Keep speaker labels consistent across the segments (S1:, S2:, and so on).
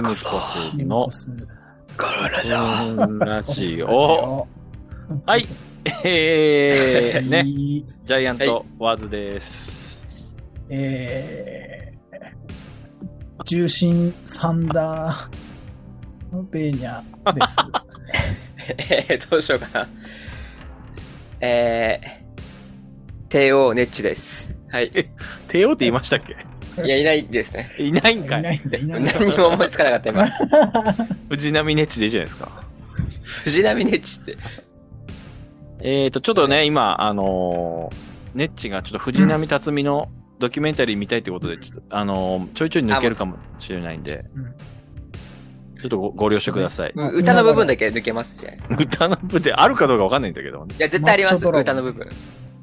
S1: スの
S2: ガラジャ
S1: うーんラジオ。はい。えー、 ね、
S3: ね。
S1: ジャイアントワーズです。
S3: えー、重心サンダーベーニャ です。
S2: えー、どうしようかな。えー、帝王ネッチです。はい。
S1: 帝王って言いましたっけ
S2: いや、いないですね。
S1: いないん
S3: い
S1: か。
S3: ないいんだ、いないんだ。
S2: 何も思いつかなかった、今。
S1: 藤波ネッチでいいじゃないですか。
S2: 藤波ネッチって。
S1: えーと、ちょっとね、今、あのーネッチがちょっと藤波辰巳のドキュメンタリー見たいってことで、ちょっと、あのーちょいちょい抜けるかもしれないんで
S3: うん、
S1: ちょっとごご了承ください。
S3: うん
S2: 歌の部分だけ抜けますね。
S1: 歌の部であるかどうかわかんないんだけどね。
S2: いや、絶対あります、
S3: マッチョドラゴン
S2: 歌の部分。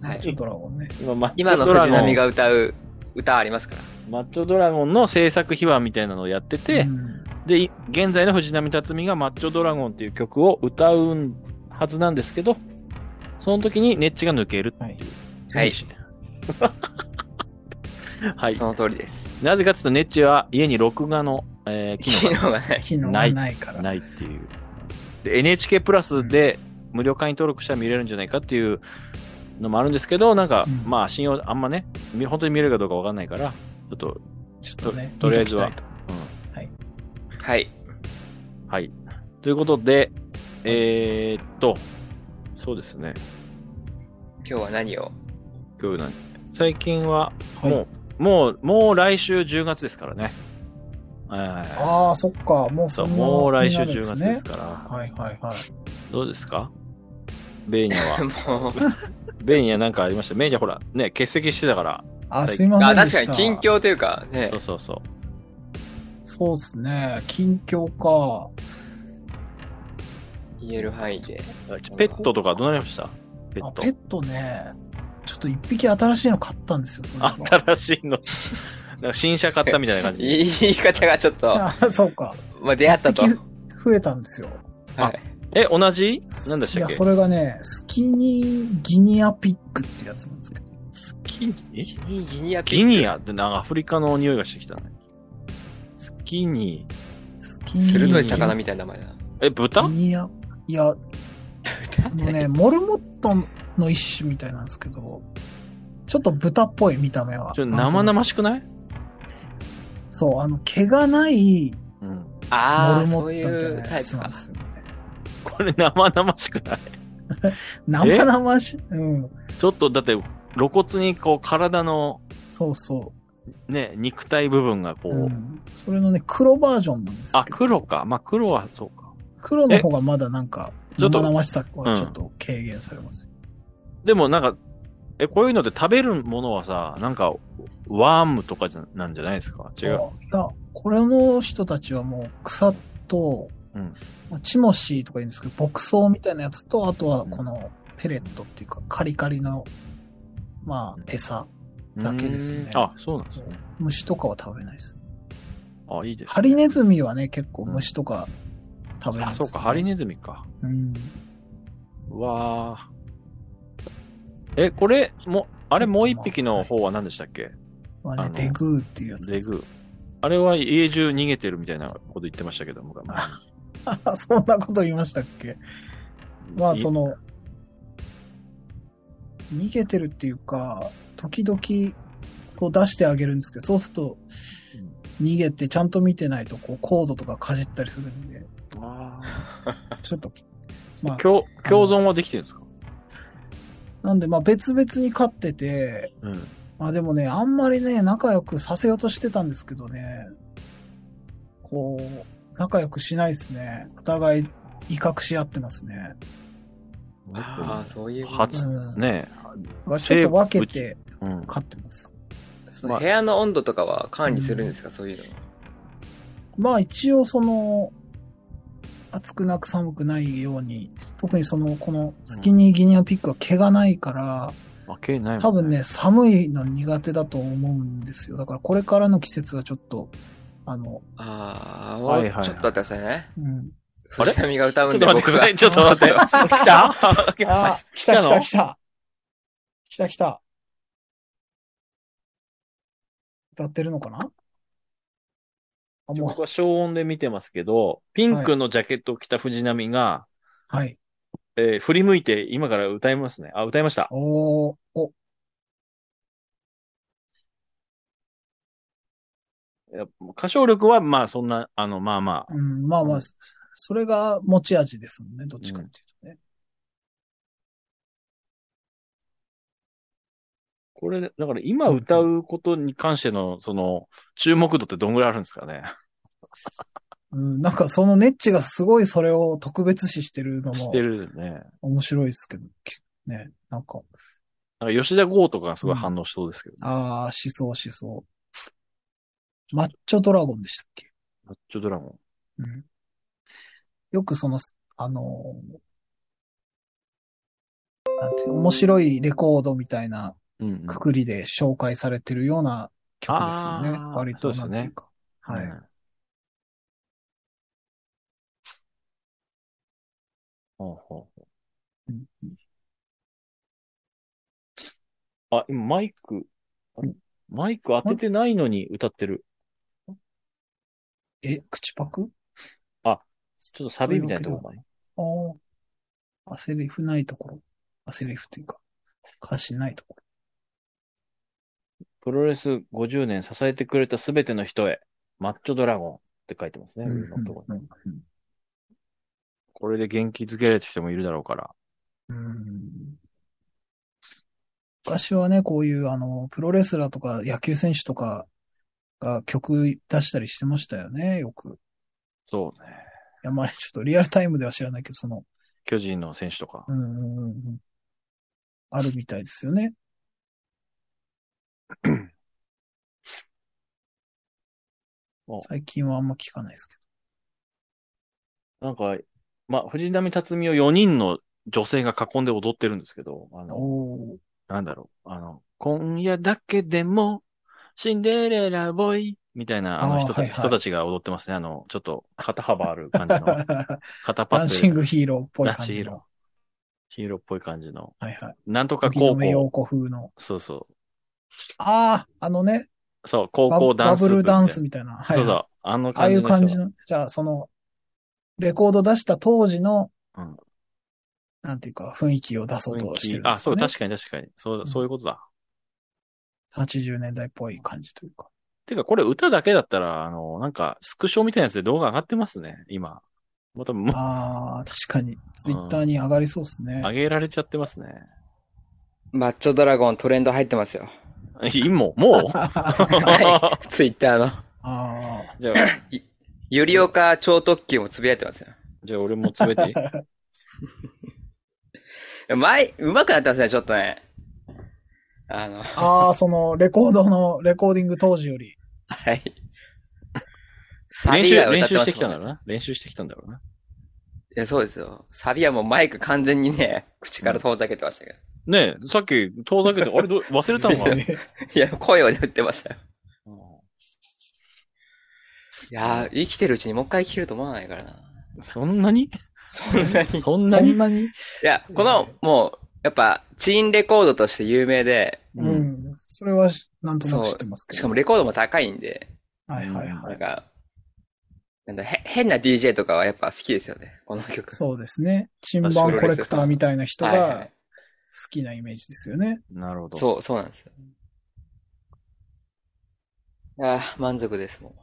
S2: は
S3: ちょっ
S2: い。
S3: とドラゴンね。
S1: 今マッチ
S2: 今
S1: ョ
S2: の
S1: ドラ
S2: 藤
S1: ゴン
S2: 波が歌う歌ありますから。
S1: マッチョドラゴンの制作秘話みたいなのをやってて、
S3: うん
S1: で、い現在の藤波辰巳がマッチョドラゴンっていう曲を歌うんはずなんですけど、その時にネッチが抜ける。
S3: はい。
S2: はい。
S1: はい
S2: そ。の通りです。
S1: なぜかというと、ネッチは家に録画の、えー機
S2: 機
S1: 能
S2: 能がない。
S3: 機能がないから。
S1: がないって いう。で NHK プラスで無料会員登録したら見れるんじゃないかっていうのもあるんですけど、なんか、
S3: うん
S1: まあ、信用、あんまね、み本当に見れるかどうかわかんないから、ちょっと、
S3: ちょっとね、
S1: ととりあえずは
S3: 見ときたい
S2: はい。
S1: はい。ということで、えーっと、そうですね。
S2: 今日は何を
S1: 今日何最近は、
S3: とはい
S1: もう、もう、もう来週10月ですからね。えー
S3: ああ、そっか。もう
S1: そ、
S3: そうんな
S1: もう来週
S3: になるん
S1: 10月ですから。
S3: はいはいはい。
S1: どうですかベーニャ は。
S2: もう、
S1: ベーニャなんかありました。ベーニャほら、ね、欠席してたから。
S3: あ、すいませ
S2: あ
S3: んで
S2: 確
S3: した。
S2: かに近。況というか、ね
S1: そう、そうそう。
S3: そうっすね。近況か。
S2: 言える範囲で。
S1: ペットとかどうなりましたペッ
S3: あ
S1: ト
S3: ペ。ットね。ちょっと一匹新しいの買ったんですよ、その子
S1: 新しいの。なんか新車買ったみたいな感じ。
S2: 言い方がちょっと、
S3: あ、そうか。
S2: まあ、出会ったと。
S3: 一匹増えたんですよ。
S1: あ
S2: はい。
S1: え、同じなんでし
S3: い
S1: た
S3: や、
S1: っけ
S3: それがね、スキニーギニアピッグってやつなんですけど。
S1: スキニ
S2: ギニギニア
S1: ギニアってなんかアフリカの匂いがしてきたね。スキニー。
S3: スキニー
S2: 鋭い魚みたいな名前だな。
S1: え、豚
S3: ギニア、いや、あのね、モルモットの一種みたいなんですけど、ちょっと豚っぽい見た目は。
S1: ちょっと生々
S3: し
S1: しくない
S3: そう、あの、毛がない
S1: うん。
S3: モ
S2: ああ、
S3: ル
S2: そ
S3: モ
S2: う
S3: ッ
S2: い
S3: トみたいうな
S2: タ
S3: や
S2: イ
S3: つ
S2: プ
S3: なん
S2: か
S3: で。すよね。
S1: これ生々しくない
S3: 生々しい。うん。
S1: ちょっとだって露骨にこう体の
S3: そうそ
S1: ね、肉体部分がこ
S3: う。
S1: う、
S3: うん、それのね、黒バージョンなんですけど。
S1: あ、黒か。まあ黒はそうか。
S3: 黒の方がまだなんか、
S1: ちょっと
S3: 生々しさはちょっと軽減されますよ。
S1: でもなんか、え、こういうので食べるものはさ、なんか、ワームとかじゃなんじゃないですか違う。
S3: いや、これの人たちはもう草と、
S1: うん
S3: まあチモシーとか言うんですけど、牧草みたいなやつと、あとはこのペレットっていうか、カリカリの、まあ、餌。だけですね
S1: うーんあ、そうなんですね。
S3: 虫とかは食べないです。
S1: あ、いいです、ね。
S3: ハリネズミはね、結構虫とか食べま
S1: あ、
S3: す、
S1: そうか、ハリネズミか。
S3: ズミ。うん。
S1: うわあ。え、これ、も、あれもう一匹の方は何でしたっけ
S3: は
S1: あ
S3: ね
S1: の、
S3: デグーっていうやつ
S1: ゼ
S3: です。
S1: グ。あれは家中逃げてるみたいなこと言ってましたけど、僕は。
S3: あ そんなこと言いましたっけまあ、そ
S1: の。
S3: の、逃げてるっていうか、時々、こう出してあげるんですけど、そうすると、逃げてちゃんと見てないと、こう、コードとかかじったりするんで、
S1: あ
S3: ちょっと、ま
S1: ー
S3: あ
S1: 共共存はできてるんですか
S3: なんで、まあ別々に飼ってて、
S1: うん。
S3: まあでもね、あんまりね、仲良くさせようとしてたんですけどね、こう、仲良くしないですね。お互い威嚇し合ってますね。
S2: ああ、そういう。
S1: 初
S3: うん
S1: ね
S3: まあちょっと分けて
S1: え。うん。
S3: 飼ってます。
S2: そ
S1: まあ
S2: の部屋の温度とかは管理するんですか、そういうのは。
S3: まあ一応その、暑くなく寒くないように、特にその、このスキニーギニアピックは毛がないから、
S1: 負けないもん
S3: 多分。ね、寒いの苦手だと思うんですよ。だからこれからの季節はちょっと、あの、
S2: ああ、
S1: はいはいはい
S2: ちょっと待ってくださいね。
S3: うん。
S1: あれ
S2: 藤波が歌うん
S1: ちょっ
S2: で
S1: と待って
S2: 僕
S1: ください。
S2: が。
S1: ちょっと待って。 来た
S3: あ、来
S1: た
S3: た
S1: 来
S3: 来
S1: た
S3: た
S1: 来
S3: 来た。来た来た。歌ってるのかなあ、も
S1: 僕
S3: う、
S1: は小音で見てますけど、ピンクのジャケットを着た藤波が、
S3: はい。
S1: えー振り向いて今から歌いますね。あ、歌いました。
S3: おー、お、
S1: いや歌唱力は、まあそんな、あの、まあまあ。
S3: うん、まあまあ、それが持ち味ですもんね、どっちかっていうとね。
S1: これ、だから今歌うことに関しての、その、注目度ってどんぐらいあるんですかね。
S3: うん、なんかそのネッチがすごいそれを特別視してるの
S1: し
S3: も
S1: てるよね。
S3: 面白いですけど、きね、なんか、
S1: なんか吉田豪とかがすごい反応しそうですけど、ね
S3: ああ、思想思想。マッチョドラゴンでしたっけ
S1: マッチョドラゴン。
S3: うん。よくその、あのーなんていう、面白いレコードみたいな
S1: うん、うん。
S3: くくりで紹介されてるような曲ですよね。
S1: うんあー
S3: 割とな
S1: そう
S3: んてい
S1: です
S3: う
S1: ね
S3: か。はい。
S1: ほうほう
S3: う
S1: ほ
S3: ん
S1: うあ、今マイク、あれマイク当ててないのに歌ってる。
S3: え、口パク
S1: ちょっとサビみたいなとこかな。
S3: ああ。あ、セリフないところ。あ、セリフというか、歌詞ないとこ
S1: プロレス50年支えてくれたすべての人へ、マッチョドラゴンって書いてますね。
S3: ろ。
S1: 上のところ
S3: うんうん
S1: これで元気づけられてる人もいるだろうから。
S3: うん昔はね、こういう、あの、プロレスラーとか野球選手とかが曲出したりしてましたよね、よく。い
S1: そうね。
S3: や、まあ、ちょっとリアルタイムでは知らないけど、その、
S1: 巨人の選手とか
S3: う。んうんうんうん、あるみたいですよね。
S1: お
S3: 最近はあんま聞かないですけ
S1: なんか、まあ、藤波辰巳を4人の女性が囲んで踊ってるんですけど、あ
S3: ど。
S1: の、
S3: おー
S1: なんだろう。あの、今夜だけでも、シンデレラボーイみたいな、あ
S3: あ
S1: の
S3: ー
S1: 人た,、
S3: はいはい
S1: 人たちが踊ってますね。あの、ちょっと肩幅ある感じ の、肩パッ
S3: ダ
S1: ド
S3: ン
S1: で
S3: シングヒーローっぽい
S1: ダン
S3: 感
S1: シングヒ
S3: じ
S1: ー
S3: の
S1: ロ。ヒーローっぽい感じの、
S3: はいはい。
S1: なんとか
S3: 荻野
S1: 高
S3: 目
S1: 校
S3: 洋。子風の。
S1: そうそ
S3: ああ、あのね、
S1: う。そう、高
S3: バ
S1: 校ダ
S3: バ
S1: ンス部み
S3: ブル
S1: たいな
S3: ダンスみたいな。はい
S1: そ
S3: は
S1: う
S3: い
S1: そう。あの
S3: ああ
S1: 感
S3: い
S1: じの
S3: う
S1: 人
S3: 感じの、じゃあその、レコード出した当時の、
S1: うん
S3: なんていうか、雰囲気を出そうとしてるんですよ、ね。
S1: あ、そう、確かに確かに。そうだ、
S3: ん
S1: そういうことだ。
S3: 80年代っぽい感じというか。
S1: てか、これ歌だけだったら、あの、なんか、スクショみたいなやつで動画上がってますね、今。また、もう
S3: ああ、確かに、ツイッターに上がりそうですね。
S1: 上げられちゃってますね。
S2: マッチョドラゴントレンド入ってますよ。
S1: 今、もう もう
S3: あ
S2: はツイッターの。
S3: あ
S1: じゃあ、
S2: ゆりおか超特急もつぶやいてますよ。
S1: じゃあ俺もつべていい
S2: 前、うまくなってますね、ちょっとね。あの、
S3: ー、ああ、その、レコードの、レコーディング当時より。
S2: はい。サ
S1: 練
S2: ビ
S1: 習、
S2: は歌
S1: 練
S2: って
S1: 習
S2: ま
S1: して
S2: す
S1: き
S2: も
S1: た
S2: ん
S1: ん
S2: ね
S1: だろうな。練習してきたんだろうな。
S2: いや、そうですよ。サビはもうマイク完全にね、口から遠ざけてましたけど。
S1: ねえ、さっき、遠ざけて、あれど、忘れたのかな
S2: いや、声を言ってましたよ。
S1: うん
S2: いやー、生きてるうちにもう一回聞けると思わないからな。
S1: そんな に
S2: そんなに。 い
S1: そん
S3: そ
S1: なに
S3: んなに
S2: や、この、もう、やっぱ、チーンレコードとして有名で、
S3: うん。それはし、なんとなく知ってますけど。
S2: しかもレコードも高いんで、
S3: はいはいは
S2: なん
S3: い。
S2: か、なんだ、へ、変な DJ とかはやっぱ好きですよね、この曲。
S3: そうですね。チンバンコレクターみたいな人
S2: はいは
S3: が
S2: い。
S3: 好きなイメージですよね。
S1: なるほど。
S2: そう、そうなんですよ。あー満足です、も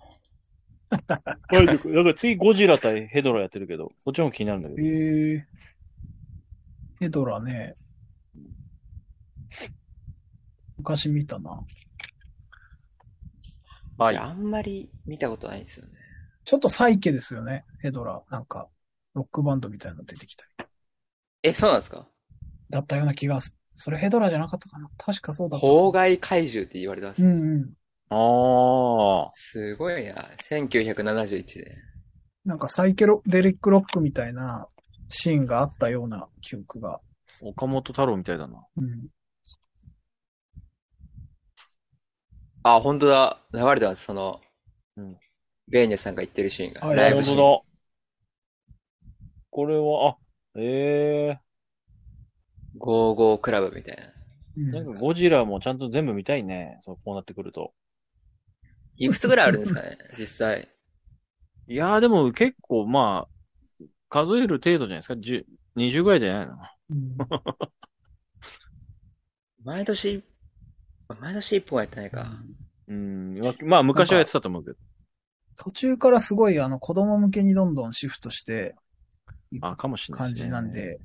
S1: 大丈夫だから次、ゴジラ対ヘドラやってるけど、こっちも気になるんだけど。
S3: ええヘドラね。昔見たな。
S2: う。
S1: はい
S2: いやあんまり見たことないんですよね。
S3: ちょっとサイケですよね。ヘドラ。なんか、ロックバンドみたいなの出てきたり。
S2: え、そうなんですか
S3: だったような気がすそれヘドラじゃなかったかな確かそうだった。
S2: 法外怪獣って言われてます
S3: う。んうん。
S1: ああ。
S2: すごいな。1971で。
S3: なんかサイケロデリックロックみたいなシーンがあったような記憶が。
S1: 岡本太郎みたいだな。
S3: うん。
S2: あ、本当だ。流れてます、その、
S1: うん
S2: ベーニャさんが言ってるシーンが。
S3: あ
S2: ライ
S1: な
S2: ブ
S1: るほ
S2: シーン。
S1: ど。これは、あ、え
S2: 55クラブみたいな。
S3: うん
S1: えなんかゴジラもちゃんと全部見たいね。そう、こうなってくると。
S2: いくつぐらいあるんですかね実際。
S1: いやーでも結構まあ、数える程度じゃないですか。10 20ぐらいじゃないの
S3: うん、
S2: 毎年、毎年一本はやってないか。
S1: うん。まあ昔はやってたと思うけど。
S3: 途中からすごいあの子供向けにどんどんシフトしてい
S1: あ、
S3: く
S1: かもしれない
S3: 感
S1: すね
S3: じなん。で、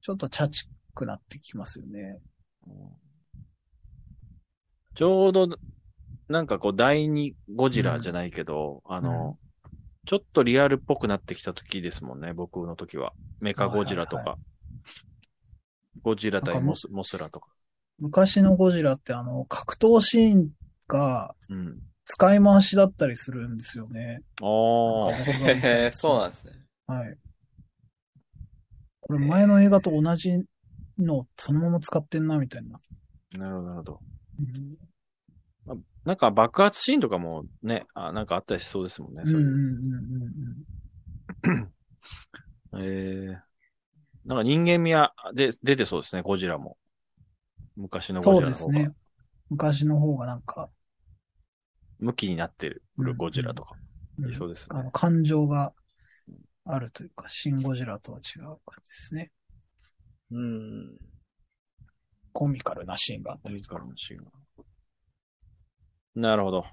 S3: ちょっとチャチくなってきますよね。
S1: ちょうど、なんかこう、第二ゴジラじゃないけど、あの、ちょっとリアルっぽくなってきた時ですもんね、僕の時は。メカゴジラと
S3: はいは
S1: か。ゴジラ対モスモスラとか。
S3: 昔のゴジラってあの格闘シーンが
S1: うん。
S3: 使い回しだったりするんですよね。
S1: ああ。
S2: へーそうなんですね。
S3: はい。これ前の映画と同じのをそのまま使ってんな、みたいな。
S1: なるほど、なるほど。なんか爆発シーンとかもね、あなんかあったりしそうですもんね。
S3: うん
S1: そう
S3: うん
S1: いううん
S3: うん
S1: ええなんか人間味はで出てそうですね、ゴジラも。昔
S3: う
S1: の
S3: ん。
S1: ゴ
S3: そ
S1: ジ
S3: う
S1: ラ
S3: で
S1: の
S3: す
S1: 方が
S3: ね。昔の方がなんか、
S1: 向きになってる
S3: うん
S1: ゴジラとか、
S3: うん
S1: いそうです
S3: あ
S1: ね
S3: の。感情があるというか、シン・ゴジラとは違う感じですね。
S2: うん。
S3: コミカルなシーンがあったり。
S1: 自らのシーンがなるほど。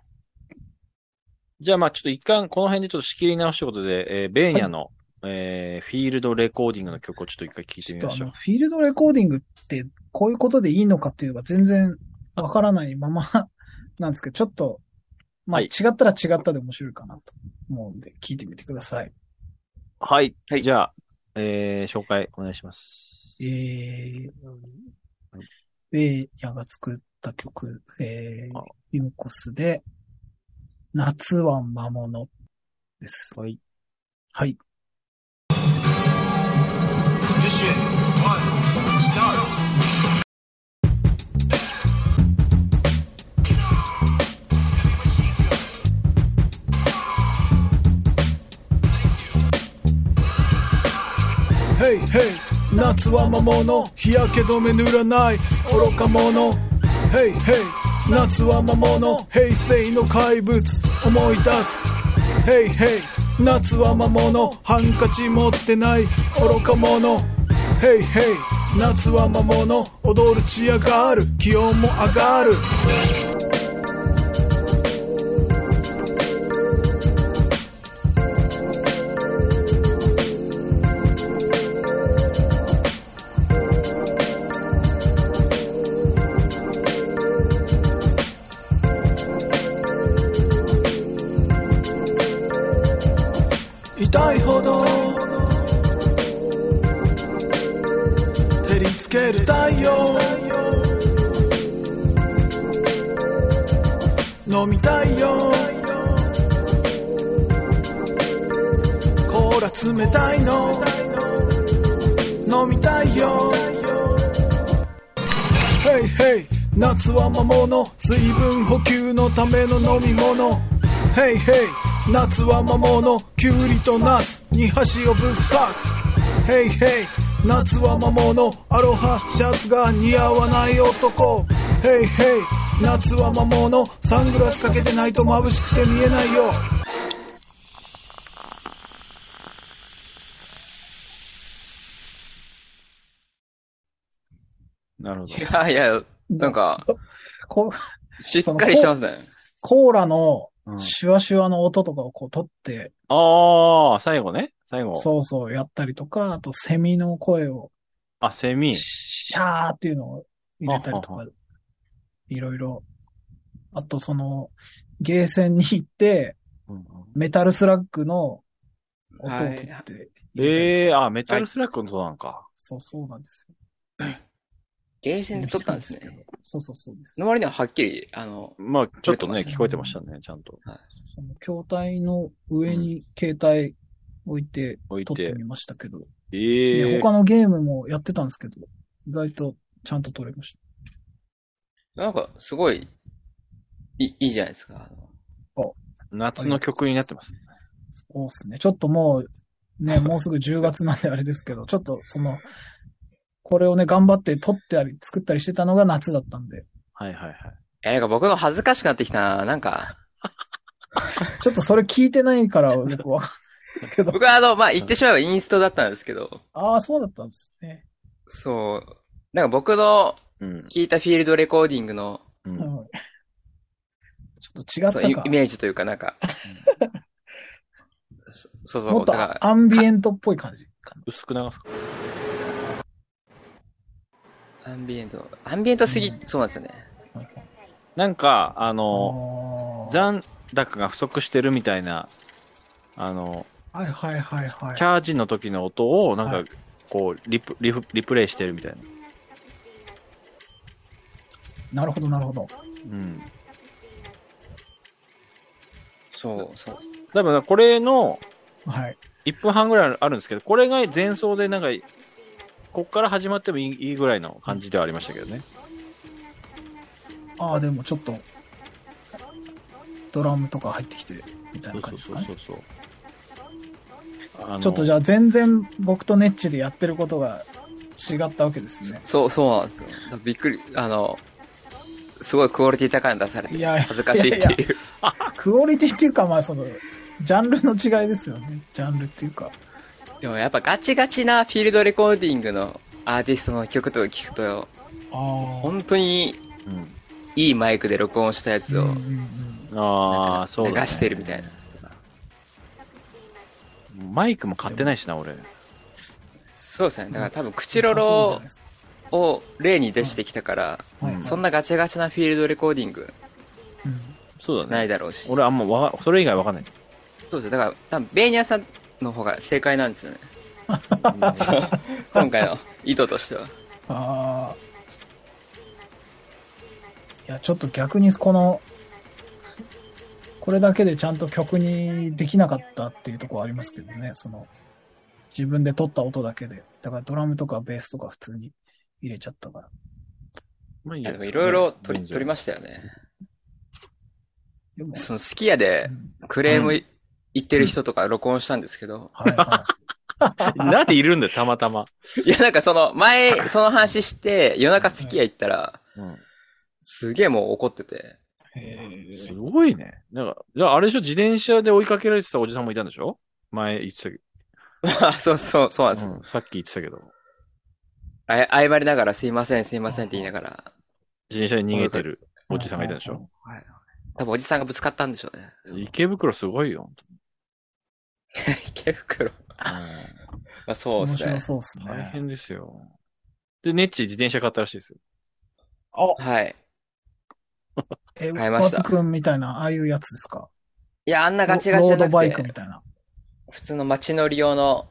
S1: じゃあまあちょっと一貫この辺でちょっと仕切り直しということで、えーベーニャの、えーフィールドレコーディングの曲をちょっと一回聴いて
S3: ちょっ
S1: み
S3: と
S1: ま
S3: あ
S1: しょう
S3: の、。フィールドレコーディングってこういうことでいいのかっていうのが全然わからないままなんですけど、ちょっと、ま
S1: は
S3: あ、
S1: い
S3: 違ったら違ったで面白いかなと思うんで、聞いてみてください。
S1: はい。
S2: はい
S1: じゃあ、えー紹介お願いします。
S3: えー
S1: はい、
S3: ベーヤが作った曲、えー
S1: あ、
S3: ユンコスで、夏は魔物です。
S1: はい。
S3: はい。
S4: Mission one, start.
S5: ヘイヘイ夏は魔物日焼け止め塗らない愚か者ヘイヘイ夏は魔物平成の怪物思い出すヘイヘイ夏は魔物ハンカチ持ってない愚か者ヘイヘイ夏は魔物踊る血やがある気温も上がる痛いほど照りつける太陽飲みたいよコーラ冷たいの飲みたいよ Hey hey 夏は魔物水分補給のための飲み物 Hey hey 夏は魔物キュウリとナス二端をぶっ刺す Hey hey 夏は魔物アロハシャツが似合わない男 Hey hey 夏は魔物サングラスかけてないと眩しくて見えないよ
S1: なるほど
S2: い。やいや、なんか、
S3: こ
S2: しっかりしてますね。
S3: コーラの
S1: うん
S3: シュワシュワの音とかをこう取って、
S1: ああ、最後ね。最後。
S3: そうそうやったりとか、あとセミの声を、
S1: あ、セミ。
S3: シャーっていうのを入れたりと
S1: は
S3: か、いろいろ。あとその、ゲーセンに行って、
S1: うんうん
S3: メタルスラッグの音を
S2: は
S3: 取っ
S2: い
S3: て入れたりとか
S1: ええあ、メタルスラックのそうなのか。
S3: そう、そうなんですよ。
S2: ゲーセンで撮ったんですね。
S3: そうそうそうです
S2: そ。の割にははっきり、あの、
S1: まあ、ちょっとね、
S2: 取れてました
S1: 聞
S2: ね
S1: こえてましたね、ちゃんと。
S3: その筐体の上に携帯置いて
S1: 置い
S3: 撮って
S1: て。
S3: みましたけど、
S1: え
S3: で
S1: え
S3: 他のゲームもやってたんですけど、意外とちゃんと撮れまし
S2: なんか、すごい、いいいじゃないですか。あの
S1: 夏の曲になってます。
S3: た。そうですね。ちょっともう、 ね、もうすぐ10月なんであれですけど、ちょっとその、これをね、頑張って撮ったり、作ったりしてたのが夏だったんで。
S1: はいはいはい。
S2: えー、なんか僕の恥ずかしくなってきたな。なんか、
S3: ちょっとそれ聞いてないから、 よくわかんないですけど。
S2: 僕はあの、まあ、言ってしまえばインストだったんですけど、
S3: ああ、そうだったんですね。
S2: そう。なんか僕の
S1: うん。
S2: 聞いたフィールドレコーディングの、
S1: う
S3: うん
S1: ん。、
S3: ちょっと
S2: そ
S3: 違
S2: うイ
S3: ったか
S2: イ。メージというかなんか、そそうそう。
S3: もっと
S2: だから
S3: アンビエントっぽい感じかな。
S1: 薄く流すか。
S2: アンビエント、アンビエントすぎ、そうなんですよね。
S1: なんか、あの、
S3: あー
S1: 残高が不足してるみたいな、あの、
S3: はいはいはいはい
S1: チ。ャージの時の音を、な
S3: は
S1: ん
S3: い
S1: か、こう、リプ、リフ、リプレイしてるみたいな。
S3: なるほどなるほど。
S1: うん。
S2: そう、そう。
S1: 多分、これの、
S3: はい。
S1: 1分半ぐらいあるんですけど、これが前奏でなんか、こっから始まってもいいいいぐらいの感じではありましたけどね。
S3: ああ、でもちょっと、ドラムとか入ってきて、みたいな感じですかね。
S1: そうそうそうそう。
S3: ちょっとじゃあ全然僕とネッチでやってることが違ったわけですね。
S2: そう、そうなんですよ。びっくり、あの、すごいクオリティ高いの出されて、
S3: いやいや
S2: 恥ずかしいっていう。
S3: クオリティっていうか、まあその、ジャンルの違いですよね。ジャンルっていうか。
S2: でもやっぱガチガチなフィールドレコーディングのアーティストの曲とか聞くと、
S3: あ
S2: 本当に
S1: あの、
S2: いいマイクで録音したやつを
S3: うんうんうん
S1: うん、ああ、
S2: 流
S1: そうだ、ね。
S2: してるみたいな。
S1: マイクも買ってないしな、俺。
S2: そうですね。だから多分、クチロロを例に出してきたから、
S3: はいはい
S2: そんなガチガチなフィールドレコーディング
S3: うん
S1: そうだ
S2: しな
S1: ね。
S2: いだろうし。
S1: 俺あんまわか、それ以外わかん ない。
S2: そうですよだから、多分、ベーニャさんの方が正解なんです よね。今回の意図としては。
S3: ああ。いや、ちょっと逆にこの、これだけでちゃんと曲にできなかったっていうところありますけどね、その、自分で撮った音だけで。だからドラムとかベースとか普通に入れちゃったから。
S1: まあい
S2: い
S1: い
S2: や
S1: や
S2: でもいろいろ取り、
S1: 全然
S2: 取りましたよね。
S3: でも、
S2: その、スキヤで
S3: うん
S2: クレームい言ってる人とか録音したんですけど、
S3: はいは
S1: なんでいるんだよ、たまたま。
S2: いやなんかその、前、その話して、夜中スキヤ行ったら、
S1: うん。
S2: すげえもう怒ってて、
S3: いへ
S1: す
S3: ー。
S1: ごいね。なんか、じゃああれでしょ、自転車で追いかけられてたおじさんもいたんでしょ前言ってたけ
S2: まあそうそう、そうなんです
S1: ど、
S2: よ。
S1: うんさっき言ってたけど、
S2: あ謝りながらすいません、すいませんって言いながら、
S1: 自転車で逃げてるおじさんがいたんでしょ
S2: 多分おじさんがぶつかったんでしょうね。
S1: 池袋すごいよ。
S2: 池
S1: うん
S2: 袋。まあそ
S3: 面
S2: うです
S3: 白
S2: ね。
S3: そうです
S1: 大
S3: ね。
S1: 変ですよ。で、ネッチ自転車買ったらしいですよ。
S3: あ、
S2: はい。
S3: え、
S2: 買いまし
S3: ワ
S2: た
S3: ズくんみたいな、ああいうやつですか
S2: いや、あんな
S3: ロ
S2: ガチガチじ
S3: ロ
S2: ゃ
S3: ード
S2: な
S3: バ
S2: く
S3: イクみ
S2: て、
S3: たいな。
S2: 普通の街乗り用の、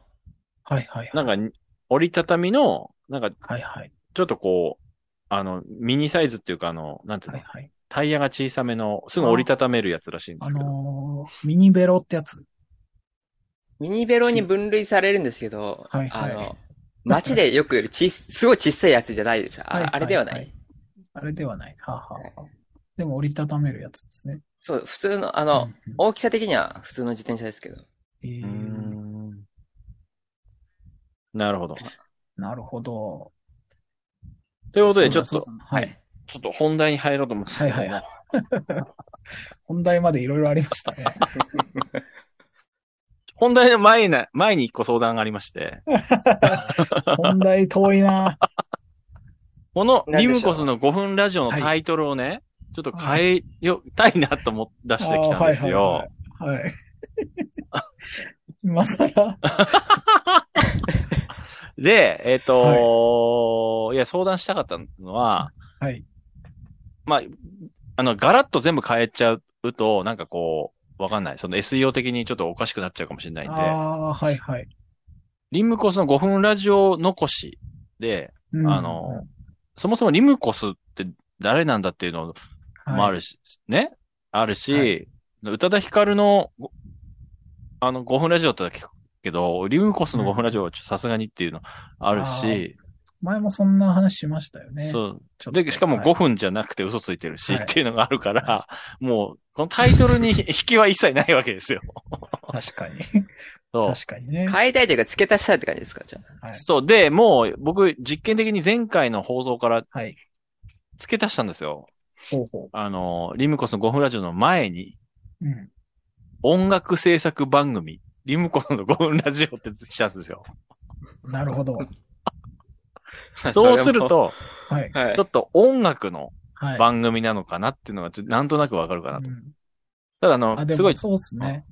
S3: はいはいはい。
S1: なんかに、折りたたみの、なんか、
S3: はいはい。
S1: ちょっとこう、あの、ミニサイズっていうか、あの、なんていう
S3: は
S1: の、
S3: いはい。
S1: タイヤが小さめの、すぐ折りたためるやつらしいんで
S3: あ
S1: すけど。
S3: のー、ミニベロってやつ。
S2: ミニベロに分類されるんですけど、
S3: はいはい
S2: あの、街でよくいるち、すごい小さいやつじゃないです。あ,、
S3: はいはい
S2: あれではない,、
S3: はいあれではない。はあ、はあはあ、でも折りたためるやつですね。
S2: そう、普通の、あの、
S3: うんうん
S2: 大きさ的には普通の自転車ですけど。
S3: えー
S1: うーんなるほど。
S3: なるほど。
S1: ということで、ちょ
S3: そうだ
S1: っと
S3: そ、うだはい。
S1: ちょっと本題に入ろうと思うんですけど
S3: はいはいはい 本題までいろいろありましたね。
S1: 本題の前な、前に一個相談がありまして、
S3: 本題遠いな。
S1: この
S2: 何
S1: リ
S2: でしょう
S1: ムコスの5分ラジオのタイトルをね、ちょっと変えよ、たいなと思って出してきたんですよ。
S3: あーはいはいはい。はい。今更
S1: で、えっ、とい、や、相談したかったのは、
S3: はい。
S1: まあ、あの、ガラッと全部変えちゃうと、なんかこう、わかんない。その SEO 的にちょっとおかしくなっちゃうかもしれないんで、
S3: ああ、はいはい。
S1: リムコスの5分ラジオ残しで、
S3: うん
S1: あの、そもそもリムコスって誰なんだっていうのもある
S3: し。
S1: し、ねあるし、
S3: は
S1: 宇多田ヒカルの、ごあの、5分ラジオって聞くけど、リムコスの5分ラジオはちょっとさすがにっていうのあるし、
S3: 前もそんな話しましたよね。
S1: そう、
S3: ちょっと
S1: で、しかも
S3: はい
S1: 5分じゃなくて嘘ついてるし、
S3: はい
S1: っていうのがあるから、もう、このタイトルに引きは一切ないわけですよ。
S3: 確かに。
S1: そう。
S3: 確かにね。
S2: 変えたいというか付け足したいって感じですかじゃあ。
S3: はい。
S1: そう。で、もう、僕、実験的に前回の放送から
S3: はい。
S1: 付け足したんですよ。
S3: ほうほ
S1: あの、リムコスの5分ラジオの前に、
S3: う。うん。
S1: 音楽制作番組、リムコのゴンラジオってしたんです よ。
S3: なるほど。
S1: そうすると、
S3: はい。
S2: それも、 はい
S1: ちょ。っと音楽の
S3: はい。
S1: 番組なのかなっていうのが、ちょっとなんとなくわかるかなと。
S3: うん
S1: ただあ
S3: あ、
S1: の、
S3: です
S1: ごい
S3: も、そうですね。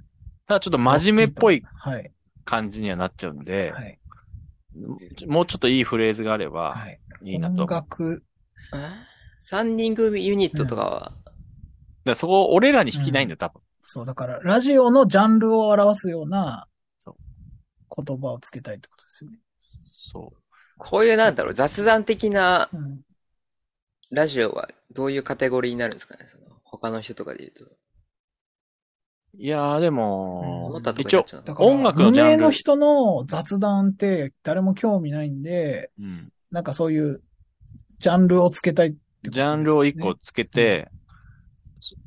S1: ただちょっと真面目っぽい
S3: はい。
S1: 感じにはなっちゃうんで、
S3: はい。
S1: もうちょっといいフレーズがあれば
S3: はい。
S1: いいなと。
S3: 音
S1: だか
S3: 楽、
S2: 三人組ユニットとかは、
S1: らそこを俺らに引きないんだよ、多分。
S3: そう、だから、ラジオのジャンルを表すような
S1: そう
S3: 言葉をつけたいってことですよね。
S1: そう。
S2: こういうなんだろう、雑談的な
S3: うん。
S2: ラジオはどういうカテゴリーになるんですかねその他の人とかで言うと。
S1: いやー、で
S2: 思
S1: も
S2: った、とこ
S1: 一
S2: になっ
S1: 応
S2: ち、ゃう
S3: だ
S2: の
S3: から、
S1: 音楽のジャンル
S3: 無名の人の雑談って誰も興味ないんで、
S1: うん
S3: なんかそういうジャンルをつけたいってことです
S1: ジ
S3: よね
S1: ャンルを一個つけて、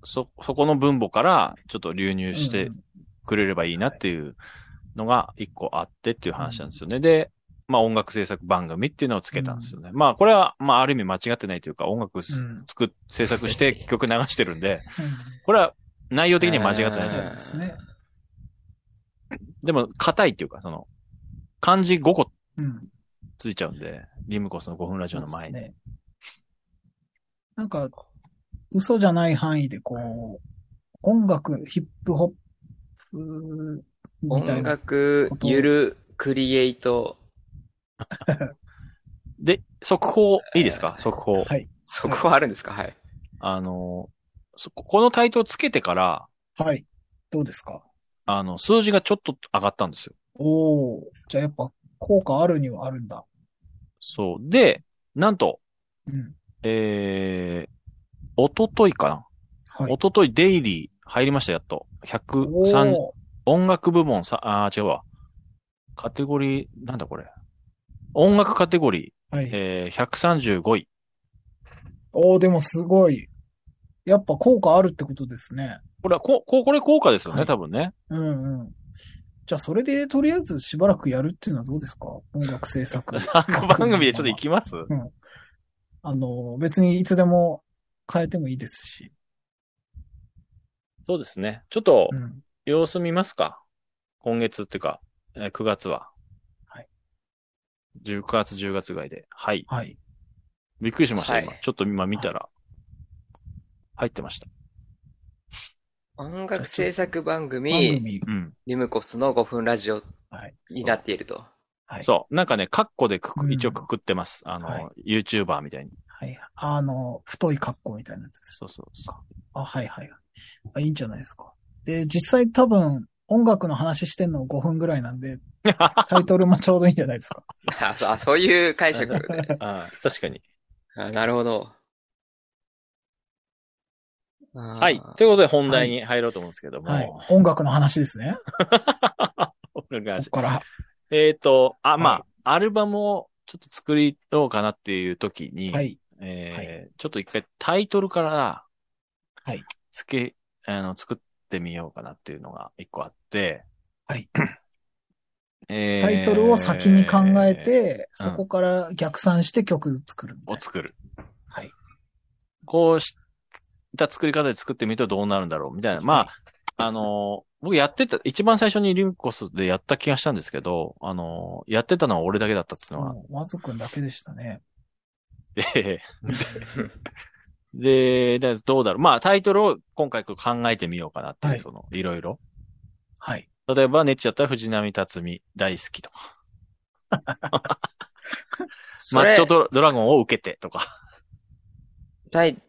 S1: そ、そこの分母からちょっと流入して
S3: うん
S1: くれればいいなっていうのが一個あってっていう話なんですよね。で、まあ音楽制作番組っていうのをつけたんですよね。まあこれは、まあある意味間違ってないというか、音楽す
S3: うん
S1: 作っ、制作して曲流してるんで、これは内容的には間違ってないと
S3: そ
S1: いうう。
S3: ですね。
S1: でも、硬いっていうか、その、漢字5個
S3: うん。
S1: ついちゃうんで、リムコスの5分ラジオの前
S3: そう
S1: に。
S3: ですね。なんか、嘘じゃない範囲でこう、音楽、ヒップホップ、みたい
S2: 音
S3: な。
S2: 楽、ゆる、クリエイト、
S1: で、速報、いいですか速報。
S3: はい。
S2: そこはあるんですかはい。
S1: あの、そこのタイトルつけてから、
S3: はい。どうですか
S1: あの、数字がちょっと上がったんですよ。
S3: おお、じゃあやっぱ効果あるにはあるんだ。
S1: そう。で、なんと、
S3: うん。
S1: えー、おとといかな。
S3: はい。
S1: おとといデイリー入りました、やっと。103、
S3: おー
S1: 音楽部門さ、あー違うわ。カテゴリー、なんだこれ。音楽カテゴリ
S3: はい
S1: ー、。えー、135位。
S3: おおでもすごい。やっぱ効果あるってことですね。
S1: これは、こ、ここれ効果ですよね、
S3: はい
S1: 多分ね。
S3: うんうん。じゃあ、それで、とりあえずしばらくやるっていうのはどうですか音楽 制作。
S1: 番組でちょっと行きます
S3: あの、別にいつでも変えてもいいですし。
S1: そうですね。ちょっと
S3: う、ん。
S1: 様子見ますか。今月っていうか、えー9月は。
S3: はい。
S1: 10月、10月ぐらいで。はい。
S3: はい。
S1: びっくりしました、
S2: はい
S1: 今。ちょっと今見たら、入ってました。
S2: 音楽制作番
S3: 番
S2: 組、
S3: 組。
S1: うん。
S2: リムコスの5分ラジオ
S3: はい。
S2: になっていると。
S3: はい。
S1: そう。なんかね、カッコでく
S3: う
S1: く、
S3: ん
S1: 一応くくってます。あの、
S3: はい
S1: YouTuber みたいに。
S3: はい。あの、太い格好みたいなやつです。
S1: そうそうそう。
S3: あ、はいはい。あ、いいんじゃないですか。で、実際多分、音楽の話してんの5分ぐらいな んで、タイトルもちょうどいいんじゃないですか。
S2: あそうあそういう解釈で。
S1: あー確かに。
S2: あなるほど。は
S1: はい。ということで本題に入ろうと思うんですけども。
S3: はい。音楽の話ですね。
S1: お願
S3: こ
S1: い
S3: こ
S1: し
S3: か
S1: ます
S3: ら。
S1: えっと、あ、まあ、
S3: はい
S1: アルバムをちょっと作りようかなっていう時に、
S3: はい。
S1: えー
S3: は
S1: ちょっと一回タイトルから、
S3: はい。
S1: つけ、あの、作ってみようかなっていうのが一個あって、
S3: はい。
S1: えー
S3: タイトルを先に考え、て、そこから逆算して曲作るみたい
S1: を
S3: な。
S1: 作る。
S3: はい。
S1: こうした作り方で作ってみるとどうなるんだろうみたいな。まあ、あのー僕やってた、一番最初にリンコスでやった気がしたんですけど、あのーやってたのは俺だけだったっていうのは、
S3: もうわずくんだけでしたね。
S1: で、で、でどうだろう。まあ、タイトルを今回こう考えてみようかなっていう、
S3: はい
S1: その、いろいろ。
S3: はい。
S1: 例えば、ネッチだったら藤波辰巳大好きとか、マ
S2: そ
S1: ッ
S2: れ
S1: チョドドラゴンを受けてとか。
S2: タイ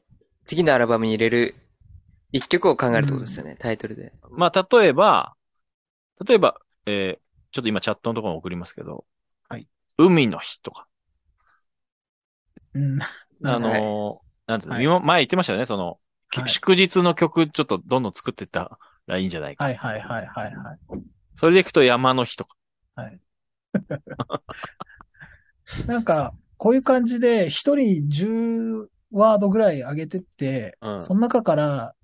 S2: 次のアルバムに入れる一曲を考えるってことですよね、タイトルで。
S1: まあ、例えば、例えば、えーちょっと今チャットのところに送りますけど、
S3: はい。
S1: 海の日とか。
S3: うん。
S1: あのーなんていうの、今前言ってましたよね、その、き
S3: はい
S1: 祝日の曲ちょっとどんどん作ってったらいいんじゃないか。
S3: はいはいはいはいはい。
S1: それでいくと山の日とか。
S3: なんか、こういう感じで、一人10ワードぐらい上げてって、
S1: うん
S3: その中から、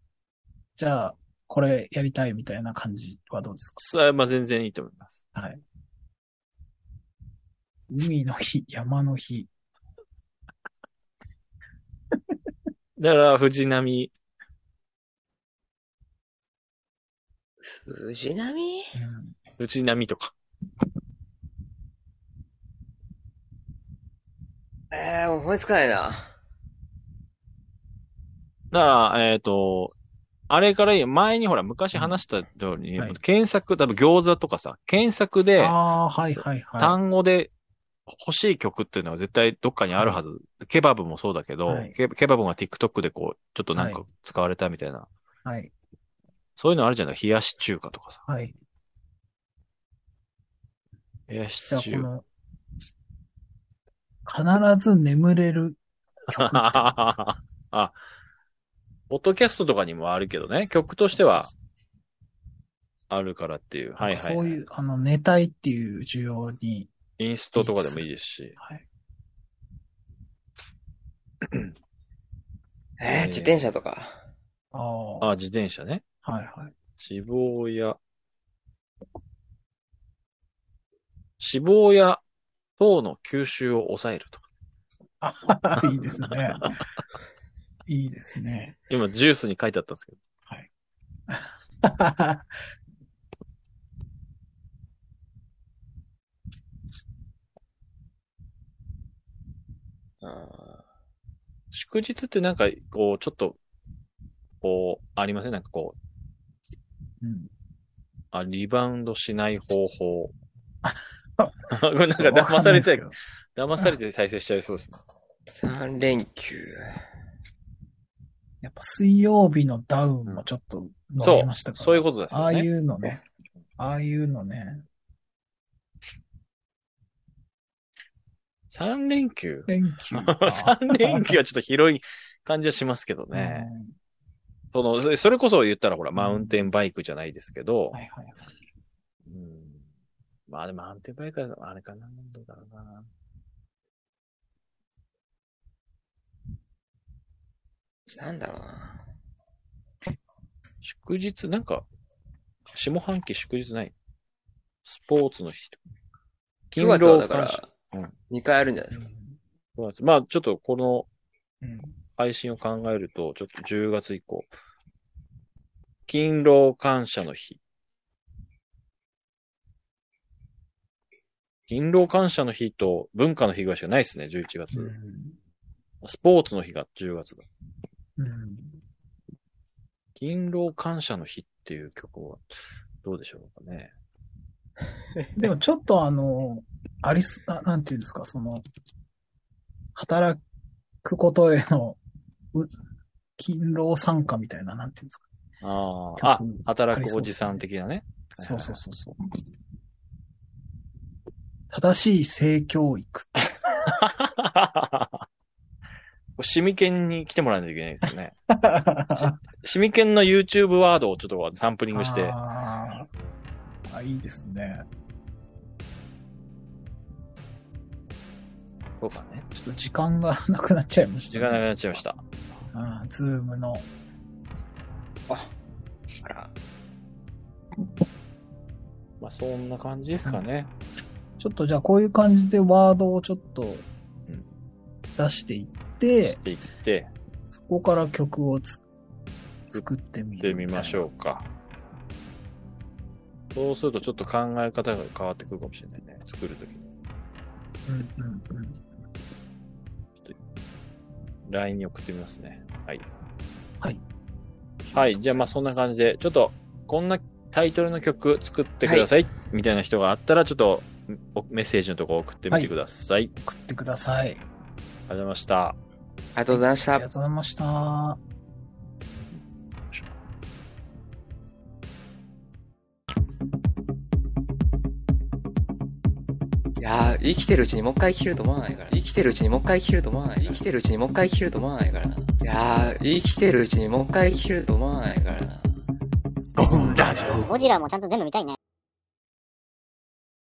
S3: じゃあ、これやりたいみたいな感じはどうですか
S1: それはまあ全然いいと思います。
S3: はい。海の日、山の日。
S1: だから、藤波、
S2: 藤波
S3: うん
S1: 藤波とか。
S2: えー、思いつかないな。
S1: だから、えっ、と、あれからいい前にほら、昔話したように、
S3: はい
S1: 検索、多分餃子とかさ、検索で、
S3: ああ、はいはいは
S1: 単語で欲しい曲っていうのは絶対どっかにあるはず。ケバブもそうだけど、
S3: はい
S1: ケケバブが TikTok でこう、ちょっとなんか
S3: は
S1: 使われたみたいな。
S3: い。はい。
S1: そういうのあるじゃない冷やし中華とかさ。
S3: はい。
S1: 冷やし
S3: じゃあ、
S1: 中華。
S3: この、必ず眠れる曲ってことで
S1: あ、ポッドキャストとかにもあるけどね、曲と
S3: す
S1: してはあるからっていう。はいはい、
S3: そういう、あの、寝たいっていう需要に、
S1: インストとかでもいいですし。
S3: はい。
S2: え
S1: え
S2: ー、
S1: ー
S2: 自転車とか。
S3: ああ、は
S1: あ、自転車ね。
S3: いはい。
S1: 脂肪や。脂肪や糖の吸収を抑えるとか。
S3: あ いいですね。いいですね。
S1: 今、ジュースに書いてあったんですけど。
S2: あ
S1: 祝日ってなんか、こう、ちょっと、こう、ありませんなんかこう、
S3: うん、
S1: あ、リバウンドしない方 法。これなんか騙されちゃ
S3: わかんないですけど
S1: う、騙されて再生しちゃいそうですね。
S2: ー3連休。
S3: やっぱ水曜日のダウンもちょっと伸びましたから、
S1: そういうことですよね
S3: ああいうのね。ああいう のね。
S1: 3連休
S3: 連休。
S1: ?3 連休はちょっと広い感じはしますけど
S3: うん
S1: ね。その、それそれこそ言ったらほら、マウンテンバイクじゃないですけど、
S3: はいはい。
S1: うんまあでもマウンテンバイクはあれかな、どうだろうな。
S2: なんだろうな。
S1: 祝日、なんか、下半期祝日ないスポーツの日とか。
S2: 9月はだか
S1: 感謝
S2: ら
S1: うん、
S2: 2回あるんじゃないですか。
S1: そうなんですまあちょっとこの
S3: うん
S1: 配信を考えると、ちょっと10月以降。勤労感謝の日。勤労感謝の日と文化の日ぐらいしかないですね、11月。スポーツの日が10月だ。
S3: うんうん
S1: 勤労感謝の日っていう曲はどうでしょうかね。
S3: でもちょっとあの、ありす、あなんていうんですか、その、働くことへの、う、勤労参加みたいな、なんていうんですか。
S1: ああ、あ
S3: 曲、
S1: 働くおじさん的なね。
S3: そうそうそうそう。正しい性教育。
S1: シミケンに来てもらわないといけないですよ ね。シミケンの YouTube ワードをちょっとサンプリングして。
S3: あーあ、いいですね。
S1: そうかね。
S3: ちょっと時間がなくなっちゃいました、
S1: 時
S3: ね。
S1: 間なくなっちゃいました。
S3: うん、ズームの。
S2: あ、あら。
S1: まあ、そんな感じですかね。
S3: ちょっとじゃあこういう感じでワードをちょっと出していって
S1: し、ていって、
S3: そこから曲をつ作ってみ
S1: 行っ
S3: る
S1: てみましょうか。そうするとちょっと考え方が変わってくるかもしれないね。作るときに。
S3: う。うんうんうん。
S1: LINE に送ってみますね。はい。
S3: はい。
S1: はい。じゃあまあそんな感じで、ちょっとこんなタイトルの曲作ってください。みたいな人があったら、ちょっとおメッセージのとこ送ってみてください。
S3: 送ってください。
S1: ありがとうございました。
S2: ありがとうございまし
S3: あ
S2: た
S3: りが。とうございました。
S2: いやー、生きてるうちにもう一回聞けると思わないから。生きてるうちにもう一回聞けると思わない。生きてるうちにもう一回聞けると思わないからな。いやー、生きてるうちにもう一回聞けると思わないからな。
S6: ゴジラもちゃんと全部見たいね。